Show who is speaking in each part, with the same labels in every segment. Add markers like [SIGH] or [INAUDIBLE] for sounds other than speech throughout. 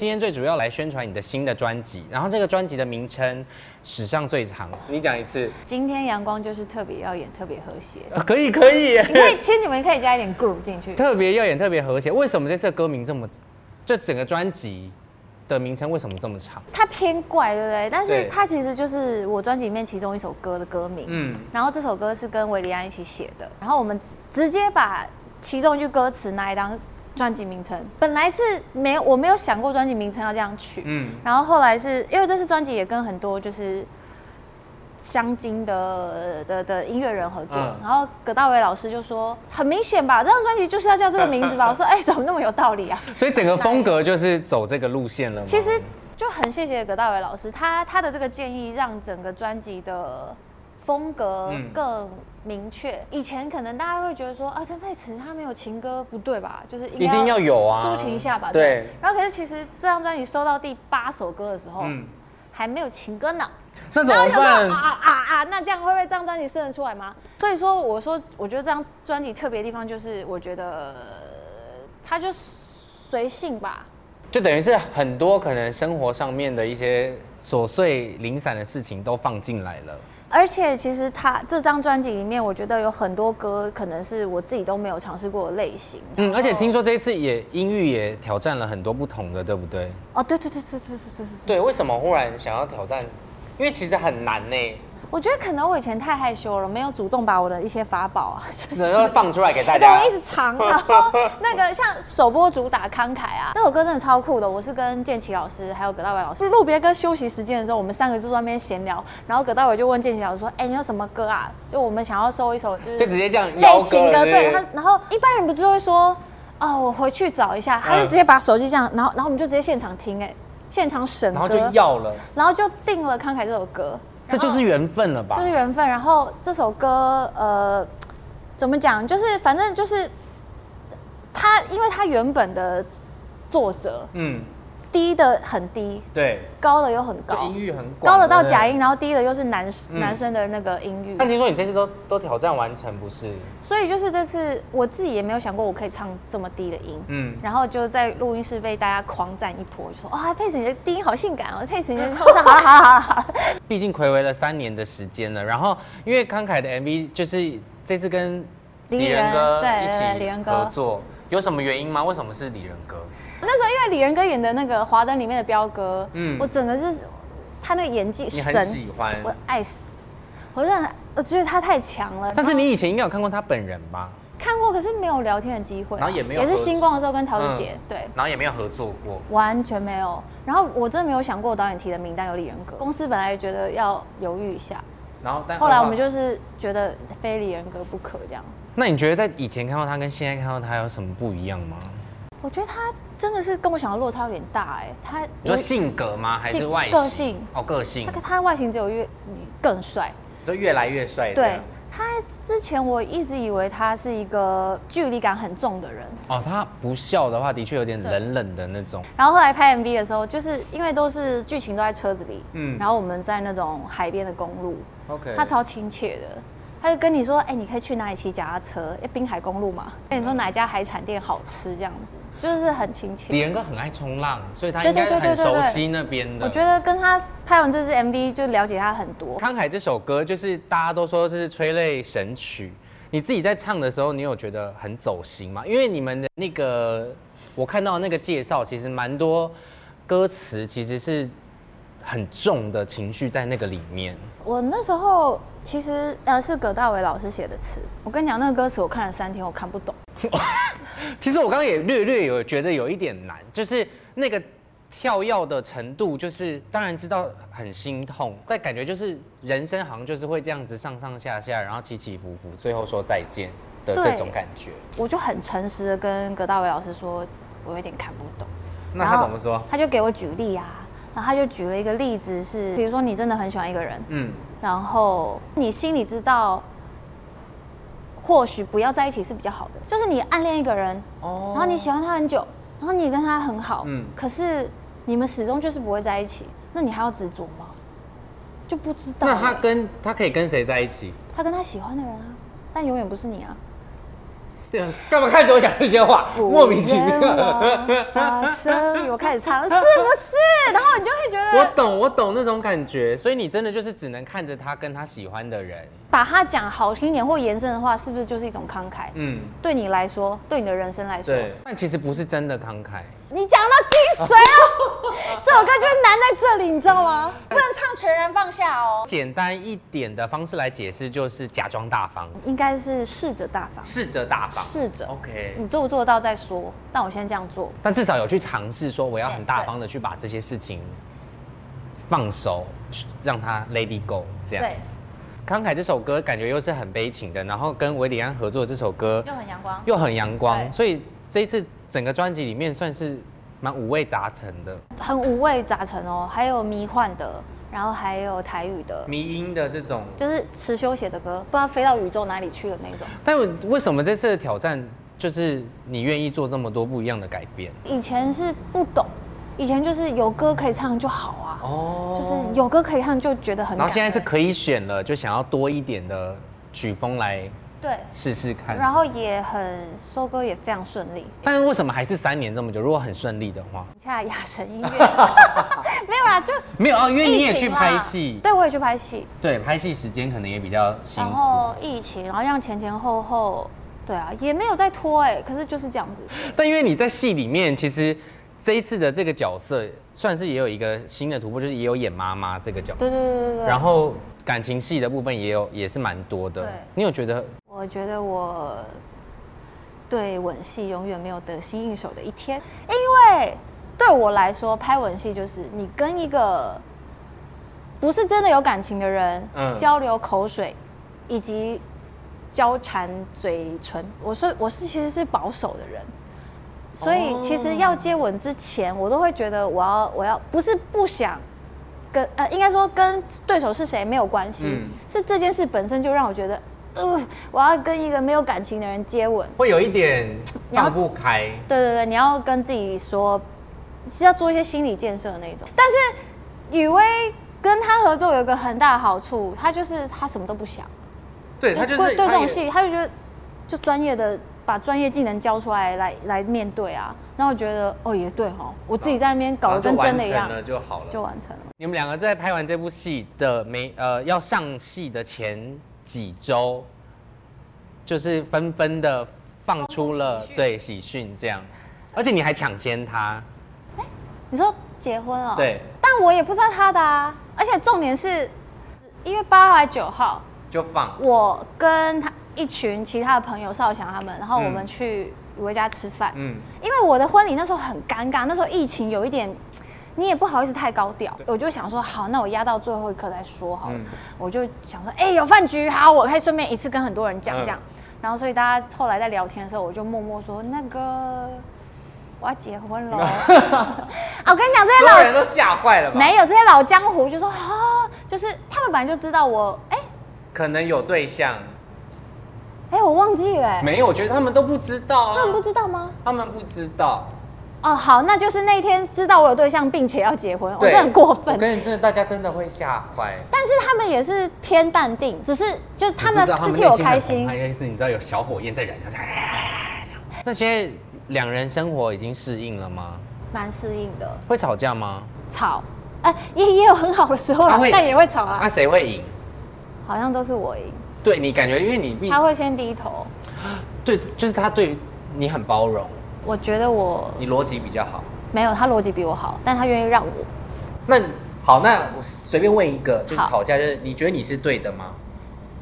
Speaker 1: 今天最主要来宣传你的新的专辑，然后这个专辑的名称史上最长，你讲一次，
Speaker 2: 今天阳光就是特别耀眼，特别和谐。
Speaker 1: 呃可以可以耶， [LAUGHS]
Speaker 2: 你可以，其实你们可以加一点 groove 进去。
Speaker 1: 特别耀眼，特别和谐。为什么这次的歌名这么，这整个专辑的名称为什么这么长？
Speaker 2: 它偏怪，对不对？但
Speaker 1: 对
Speaker 2: 是它其实就是我专辑里面其中一首歌的歌名。
Speaker 1: 嗯
Speaker 2: 嗯。然后这首歌是跟维利安一起写的，然后我们直直接把其中一句歌词拿来当专辑名称。本来是没有，我没有想过专辑名称要这样取。
Speaker 1: 嗯
Speaker 2: 嗯。然后后来是因为这次专辑也跟很多就是相近的呃的的音乐人合作，
Speaker 1: 嗯
Speaker 2: 然后葛大为老师就说，很明显吧，这张专辑就是要叫这个名字
Speaker 1: [LAUGHS]
Speaker 2: 吧。我说，哎、怎么那么有道理啊？
Speaker 1: 所以整个风格就是走这个路线了吗？
Speaker 2: 其实就很谢谢葛大为老师，他他的这个建议让整个专辑的风格
Speaker 1: 嗯
Speaker 2: 更明确。以前可能大家会觉得说啊，陈佩慈她没有情歌不对吧？就是应该
Speaker 1: 一定要有啊
Speaker 2: 抒情一下吧。
Speaker 1: 对
Speaker 2: 对。然后可是其实这张专辑收到第八首歌的时候，
Speaker 1: 嗯
Speaker 2: 还没有情歌呢。
Speaker 1: 那怎
Speaker 2: 然
Speaker 1: 么
Speaker 2: 后我想
Speaker 1: 办
Speaker 2: 说啊？啊啊啊！那这样会不会这张专辑生得出来吗？所以说，我说我觉得这张专辑特别的地方就是，我觉得呃它就随性吧。
Speaker 1: 就等于是很多可能生活上面的一些琐碎零散的事情都放进来了。
Speaker 2: 而且其实他这张专辑里面，我觉得有很多歌可能是我自己都没有尝试过的类型。
Speaker 1: 嗯，而且听说
Speaker 2: 说
Speaker 1: 这一次也音域也挑战了很多不同的，对不对？
Speaker 2: 哦，对对对对对对对对对，
Speaker 1: 对，为什么忽然想要挑战？因为其实很难呢，
Speaker 2: 我觉得可能我以前太害羞了，没有主动把我的一些法宝啊，就是
Speaker 1: 能够放出来给大
Speaker 2: 对，
Speaker 1: 家
Speaker 2: 我。一直藏。
Speaker 1: [LAUGHS]
Speaker 2: 然后那个像首播主打《慷慨》啊，那首歌真的超酷的。我是跟建奇老师还有葛大伟老师录别歌休息时间的时候，我们三个就在那边闲聊，然后葛大伟就问建奇老师说：“哎、你有什么歌啊？就我们想要收一首，就是
Speaker 1: 就直接这样邀
Speaker 2: 类
Speaker 1: 歌
Speaker 2: 情
Speaker 1: 了
Speaker 2: 歌，
Speaker 1: 是不
Speaker 2: 对
Speaker 1: 是
Speaker 2: 他，然后一般人不就会说，哦，我回去找一下，他就
Speaker 1: 嗯
Speaker 2: 直接把手机这样，然后然后我们就直接现场听，哎，现场审
Speaker 1: 然后就
Speaker 2: 歌，
Speaker 1: 要了，
Speaker 2: 然后就定了《慷慨》这首歌，
Speaker 1: 这就是缘分了吧？
Speaker 2: 就是缘分。然后这首歌，呃，怎么讲？就是反正就是他，因为他原本的作者
Speaker 1: 嗯，
Speaker 2: 低的很低，
Speaker 1: 对，
Speaker 2: 高的又很
Speaker 1: 就
Speaker 2: 高
Speaker 1: 音，域很广，
Speaker 2: 高的到假
Speaker 1: 对不
Speaker 2: 音，
Speaker 1: 对。
Speaker 2: 然后低的又是男
Speaker 1: 嗯
Speaker 2: 男生的那个音域。
Speaker 1: 但听说你这次都都挑战完成，不是？
Speaker 2: 所以就是这次我自己也没有想过我可以唱这么低的音，
Speaker 1: 嗯
Speaker 2: 嗯，然后就在录音室被大家狂赞一波，就说哇、佩慈你的低音好性感哦，佩
Speaker 1: [LAUGHS]
Speaker 2: 慈你的，我说好了好了好了好了，
Speaker 1: 毕竟暌违了三年的时间了。然后因为慷慨的 MV 就是这次跟
Speaker 2: 李仁
Speaker 1: 哥
Speaker 2: 对
Speaker 1: 一
Speaker 2: 对对李仁
Speaker 1: 起
Speaker 2: 哥
Speaker 1: 合作，有什么原因吗？为什么是李仁哥？
Speaker 2: 那时候因为李仁哥演的那个《华灯》里面的彪哥，
Speaker 1: 嗯
Speaker 2: 嗯，我整个就是他那个演技
Speaker 1: 你
Speaker 2: 神，
Speaker 1: 很喜欢，
Speaker 2: 我爱死，我真的很我觉得他太强了，
Speaker 1: 但是你以前应该有看过他本人吧？
Speaker 2: 看过可是没有聊天的机会啊、
Speaker 1: 然后也没有
Speaker 2: 也是
Speaker 1: 合作
Speaker 2: 星光的时候跟桃
Speaker 1: 嗯
Speaker 2: 子姐、对。
Speaker 1: 然后也没有合作过。
Speaker 2: 完全没有，然后我真的没有想过导演提的名单有李仁哥，公司本来觉得要犹豫一下，
Speaker 1: 然后但
Speaker 2: 后来我们就是觉得非李仁哥不可这样。
Speaker 1: 那你觉得在以前看到他跟现在看到他有什么不一样吗？
Speaker 2: 我觉得他真的是跟我想的落差有点大哎、他
Speaker 1: 你说性格吗？还是
Speaker 2: 性
Speaker 1: 外形？
Speaker 2: 个性
Speaker 1: 哦，个性
Speaker 2: 他，他外形只有越嗯更帅，
Speaker 1: 就越来越帅。
Speaker 2: 对。他之前我一直以为他是一个距离感很重的人，
Speaker 1: 哦，他不笑的话，的确有点
Speaker 2: 对
Speaker 1: 冷冷的那种。
Speaker 2: 然后后来拍 MV 的时候，就是因为都是剧情都在车子里，
Speaker 1: 嗯
Speaker 2: 嗯，然后我们在那种海边的公路，
Speaker 1: OK，
Speaker 2: 他超亲切的，他就跟你说，哎、你可以去哪里骑脚踏车？哎、滨海公路嘛，跟你说哪家海产店好吃，这样子，就是很亲
Speaker 1: 李
Speaker 2: 切。
Speaker 1: 仁哥很爱冲浪，所以他
Speaker 2: 对
Speaker 1: 应该
Speaker 2: 对对
Speaker 1: 很
Speaker 2: 对对
Speaker 1: 熟
Speaker 2: 对
Speaker 1: 悉那边的。
Speaker 2: 我觉得跟他拍完这支 MV 就了解他很多。
Speaker 1: 慷慨这首歌就是大家都说是催泪神曲，你自己在唱的时候，你有觉得很走心吗？因为你们的那个我看到那个介绍，其实蛮多歌词其实是很重的情绪在那个里面。
Speaker 2: 我那时候其实呃是葛大为老师写的词，我跟你讲那个歌词我看了三天，我看不懂。
Speaker 1: 其实我刚刚也略略有觉得有一点难，就是那个跳跃的程度，就是当然知道很心痛，但感觉就是人生好像就是会这样子上上下下，然后起起伏伏，最后说再见的这
Speaker 2: 对
Speaker 1: 种感觉。
Speaker 2: 我就很诚实的跟葛大为老师说，我有点看不懂。
Speaker 1: 那
Speaker 2: 然
Speaker 1: 他
Speaker 2: 后
Speaker 1: 怎么说？
Speaker 2: 他就给我举例啊，然后他就举了一个例子是，比如说你真的很喜欢一个人，
Speaker 1: 嗯。
Speaker 2: 然后你心里知道，或许不要在一起是比较好的。就是你暗恋一个人，
Speaker 1: 哦
Speaker 2: 然后你喜欢他很久，然后你跟他很好，
Speaker 1: 嗯
Speaker 2: 可是你们始终就是不会在一起，那你还要执着吗？就不知道了。欸
Speaker 1: 那他跟他可以跟谁在一起？ [LAUGHS]
Speaker 2: 他跟他喜欢的人啊，但永远不是你啊。
Speaker 1: 对啊，干嘛看着我讲这些话？莫名
Speaker 2: [LAUGHS]
Speaker 1: 其妙。
Speaker 2: 发生，我开始唱，是不是？然后你就会觉
Speaker 1: [LAUGHS] 我
Speaker 2: 得，
Speaker 1: 懂，我懂那种感觉，所以你真的就是只能看着他跟他喜欢的人，
Speaker 2: 把它讲好听点或延伸的话，是不是就是一种慷慨？
Speaker 1: 嗯，
Speaker 2: 对你来说，对你的人生来说，
Speaker 1: 对。但其实不是真的慷慨，
Speaker 2: 你讲到精髓了。这首歌就是难在这里，你知道吗？
Speaker 1: 嗯
Speaker 2: 不能唱全然放下哦，
Speaker 1: 简单一点的方式来解释就是假装大方，
Speaker 2: 应该是试着大方，
Speaker 1: 试哦着大方
Speaker 2: 试着。
Speaker 1: ，OK。
Speaker 2: 你做不做得到再说，但我先这样做。
Speaker 1: 但至少有去尝试说我要很大方的去把这些事情放手，让他 Lady Go 这样。
Speaker 2: 对，
Speaker 1: 慷慨这首歌感觉又是很悲情的，然后跟韦礼安合作这首歌
Speaker 2: 又很阳光。
Speaker 1: 又很阳光，
Speaker 2: 对
Speaker 1: 所以这一次整个专辑里面算是蛮五味杂陈的，
Speaker 2: 很五味杂陈哦，还有迷幻的，然后还有台语的，
Speaker 1: 迷音的这种。
Speaker 2: 就是池修写的歌，不知道飞到宇宙哪里去了那种。
Speaker 1: 但我为什么这次的挑战就是你愿意做这么多不一样的改变？
Speaker 2: 以前是不懂，以前就是有歌可以唱就好啊，
Speaker 1: 哦
Speaker 2: 就是有歌可以唱就觉得很感恩。
Speaker 1: 然后现在是可以选了，就想要多一点的曲风来
Speaker 2: 对，
Speaker 1: 试试看。
Speaker 2: 然后也很收歌也非常顺利，
Speaker 1: 但是为什么还是三年这么久？如果很顺利的话，
Speaker 2: 恰雅
Speaker 1: [LAUGHS]
Speaker 2: 神音乐没有啦，就
Speaker 1: 没有啊，因为你也
Speaker 2: 疫
Speaker 1: 去
Speaker 2: 情啦
Speaker 1: 拍戏，
Speaker 2: 对我也去拍戏，
Speaker 1: 对，拍戏时间可能也比较辛
Speaker 2: 然
Speaker 1: 苦。
Speaker 2: 后疫情，然后让前前后后，对啊，也没有在拖哎、可是就是这样子，
Speaker 1: 但因为你在戏里面，其实这一次的这个角色算是也有一个新的突破，就是也有演妈妈这个角色，
Speaker 2: 对对对对对。
Speaker 1: 然后感情戏的部分也有也是蛮多的
Speaker 2: 对。
Speaker 1: 你有觉得
Speaker 2: 我觉得我对吻戏永远没有得心应手的一天，因为对我来说，拍吻戏就是你跟一个不是真的有感情的人、
Speaker 1: 嗯
Speaker 2: 交流口水，以及交缠嘴唇。我说我是其实是保守的人。所以其实要接吻之前，我都会觉得我要我要不是不想跟呃，应该说跟对手是谁没有关系，
Speaker 1: 嗯
Speaker 2: 是这件事本身就让我觉得，呃，我要跟一个没有感情的人接吻。
Speaker 1: 会有一点
Speaker 2: 然后
Speaker 1: 放不开？
Speaker 2: 对对对，你要跟自己说，是要做一些心理建设的那种。但是雨薇跟他合作有一个很大的好处，他就是他什么都不想，
Speaker 1: 对
Speaker 2: 就
Speaker 1: 他就是
Speaker 2: 对对这
Speaker 1: 他也
Speaker 2: 种戏，他就觉得就专业的把专业技能教出来来来面对啊。然后我觉得哦也对哦，我自己在那边搞
Speaker 1: 啊
Speaker 2: 得
Speaker 1: 然后就
Speaker 2: 跟真
Speaker 1: 完
Speaker 2: 的一
Speaker 1: 成
Speaker 2: 样，
Speaker 1: 了就好了。
Speaker 2: 就完成了。
Speaker 1: 你们两个在拍完这部戏的没呃要上戏的前几周，就是纷纷的放出了
Speaker 2: 公布喜讯
Speaker 1: 对喜讯这样，而且你还抢先他，
Speaker 2: 你说结婚哦？
Speaker 1: 对，
Speaker 2: 但我也不知道他的啊，而且重点是，一月八号还是九号，
Speaker 1: 就放
Speaker 2: 我跟他一群其他的朋友邵翔他们，然后我
Speaker 1: 嗯
Speaker 2: 们去宇威家吃饭，
Speaker 1: 嗯，
Speaker 2: 因为我的婚礼那时候很尴尬，那时候疫情有一点，你也不好意思太高调，我就想说好，那我压到最后一刻再说好了。
Speaker 1: 嗯
Speaker 2: 我就想说，哎、有饭局，好，我可以顺便一次跟很多人讲
Speaker 1: 嗯
Speaker 2: 这样。然后所以大家后来在聊天的时候，我就默默说那个。我要结
Speaker 1: [LAUGHS]
Speaker 2: 婚喽！啊，我跟你讲，这些
Speaker 1: 所
Speaker 2: 老
Speaker 1: 有人都吓坏了吧？
Speaker 2: 没有这些老江湖就说啊，就是他们本来就知道我，哎、
Speaker 1: 可能有对象，
Speaker 2: 哎、我忘记了、哎
Speaker 1: 没有，我觉得他们都不知道
Speaker 2: 他们不
Speaker 1: 啊，
Speaker 2: 知道吗？
Speaker 1: 他们不知道，
Speaker 2: 哦，好，那就是那天知道我有对象，并且要结婚，我
Speaker 1: 对
Speaker 2: 真的很过
Speaker 1: 我
Speaker 2: 分。
Speaker 1: 跟你真的大家真的会吓坏。
Speaker 2: 但是他们也是偏淡定，只是就他们
Speaker 1: 不知道
Speaker 2: 是替我开心
Speaker 1: 还。有一是你知道有小火焰在燃烧，这样那现在两人生活已经适应了吗？
Speaker 2: 蛮适应的。
Speaker 1: 会吵架吗？
Speaker 2: 吵，哎、也也有很好的时候 [LAUGHS] 啦，但也会吵
Speaker 1: 那
Speaker 2: 啊。
Speaker 1: 谁会赢？
Speaker 2: 好像都是我赢，
Speaker 1: 对你感觉，因为你必
Speaker 2: 他会先低头。
Speaker 1: 对，就是他对你很包容，
Speaker 2: 我觉得我
Speaker 1: 你逻辑比较好。
Speaker 2: 没有，他逻辑比我好，但他愿意让我。
Speaker 1: 那好，那我随便问一个，就是
Speaker 2: 好
Speaker 1: 吵架，就是你觉得你是对的吗？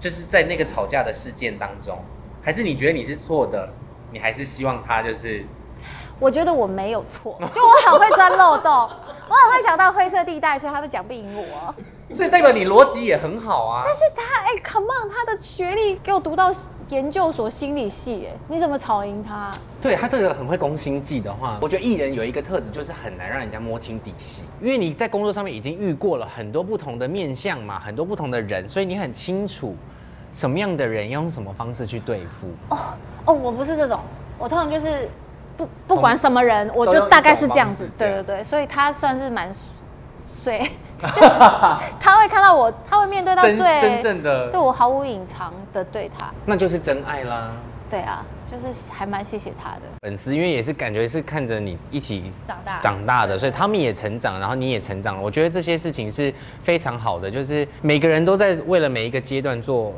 Speaker 1: 就是在那个吵架的事件当中，还是你觉得你是错的？你还是希望他就是
Speaker 2: 嗯我觉得我没有错， [LAUGHS] 就我很会钻漏洞，我很会找到灰色地带，所以他都讲不赢我。
Speaker 1: 所以代表你逻辑也很好啊。
Speaker 2: 但是他，哎、c o m e on，他的学历给我读到研究所心理系，哎，你怎么吵赢他？
Speaker 1: 对他这个很会攻心计的话，我觉得艺人有一个特质就是很难让人家摸清底细，因为你在工作上面已经遇过了很多不同的面相嘛，很多不同的人，所以你很清楚什么样的人要用什么方式去对付。
Speaker 2: 哦，我不是这种，我通常就是不不管什么人，我就大概是这样子，
Speaker 1: 都
Speaker 2: 对
Speaker 1: 用一
Speaker 2: 对
Speaker 1: 种
Speaker 2: 对，所以他算是蛮水，就
Speaker 1: [LAUGHS]
Speaker 2: 他会看到我，他会面对到
Speaker 1: 真
Speaker 2: 最
Speaker 1: 真正的
Speaker 2: 对我毫无隐藏的对他，
Speaker 1: 那就是真爱啦。
Speaker 2: 对啊，就是还蛮谢谢他的。
Speaker 1: 粉丝，因为也是感觉是看着你一起
Speaker 2: 长大
Speaker 1: 长大的，
Speaker 2: 对
Speaker 1: 所以他们也成长，然后你也成长了。我觉得这些事情是非常好的，就是每个人都在为了每一个阶段做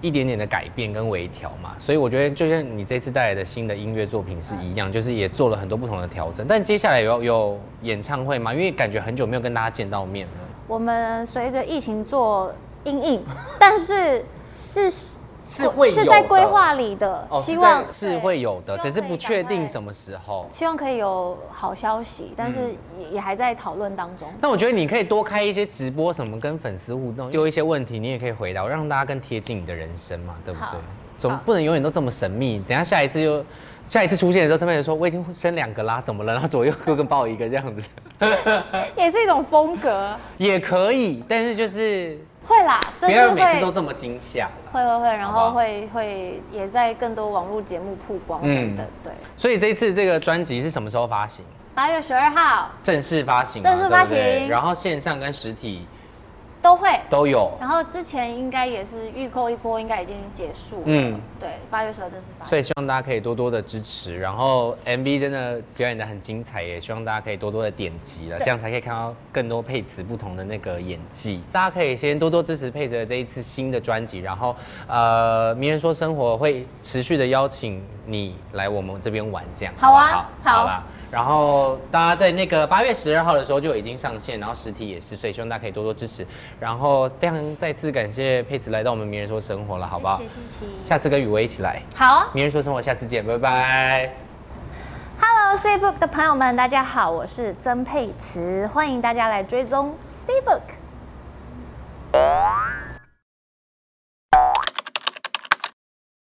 Speaker 1: 一点点的改变跟微调嘛。所以我觉得，就像你这次带来的新的音乐作品是
Speaker 2: 嗯
Speaker 1: 一样，就是也做了很多不同的调整。但接下来有有演唱会吗？因为感觉很久没有跟大家见到面了。
Speaker 2: 我们随着疫情做阴
Speaker 1: [LAUGHS]
Speaker 2: 影，但是是
Speaker 3: 是会有
Speaker 2: 是在
Speaker 3: 的
Speaker 2: 规划里的，
Speaker 1: 哦，
Speaker 2: 希望
Speaker 1: 是在是会有的，
Speaker 2: 对
Speaker 1: 只是不确定
Speaker 2: 希望可以赶
Speaker 1: 什么嗯时候
Speaker 2: 快。希望可以有好消息，但是也也还在讨论当中。
Speaker 1: 那我觉得你可以多开一些直播，什么跟粉丝互动，丢一些问题，你也可以回答，让大家更贴近你的人生嘛，对不
Speaker 2: 好
Speaker 1: 对？总
Speaker 2: 好
Speaker 1: 不能永远都这么神秘。等一下下一次又下一次出现的时候，身边人说我已经生两个啦，怎么了？然后左右各个抱一个这样
Speaker 2: [LAUGHS]
Speaker 1: 子
Speaker 2: 也是一种风格，
Speaker 1: 也可以，但是就是
Speaker 2: 会
Speaker 1: [LAUGHS]
Speaker 2: 啦，这
Speaker 1: 不
Speaker 2: 是
Speaker 1: 要
Speaker 2: 会
Speaker 1: 每次都这么惊吓啦。
Speaker 2: 会会会，然
Speaker 1: 好
Speaker 2: 后
Speaker 1: 吧
Speaker 2: 会会也在更多网络节目曝光
Speaker 1: 嗯
Speaker 2: 等等。对，
Speaker 1: 所以这一次这个专辑是什么时候发行？
Speaker 2: 八月十二号
Speaker 1: 正式发行嘛，
Speaker 2: 正式发行
Speaker 1: 对不对然后线上跟实体
Speaker 2: 都会，
Speaker 1: 都有，
Speaker 2: 然后之前应该也是预购一波，应该已经结束了。
Speaker 1: 嗯。
Speaker 2: 对，八月十二正式发
Speaker 1: 所
Speaker 2: 行。
Speaker 1: 以希望大家可以多多的支持，然后 MV 真的表演的很精彩耶，希望大家可以多多的点击了，
Speaker 2: 对
Speaker 1: 这样才可以看到更多佩慈不同的那个演技。大家可以先多多支持佩慈的这一次新的专辑，然后呃，名人说生活会持续的邀请你来我们这边玩，这样
Speaker 2: 好啊
Speaker 1: 不
Speaker 2: 好
Speaker 1: 好啦。然后大家在那个八月十二号的时候就已经上线，然后实体也是，所以希望大家可以多多支持。然后非常再次感谢佩慈来到我们名人说生活了，好不好
Speaker 2: 谢？谢谢谢。
Speaker 1: 下次跟雨薇一起来。
Speaker 2: 好啊
Speaker 1: 明日说生活，下次见，拜拜。
Speaker 2: ，Hello C Book 的朋友们，大家好，我是曾佩慈，欢迎大家来追踪 C Book。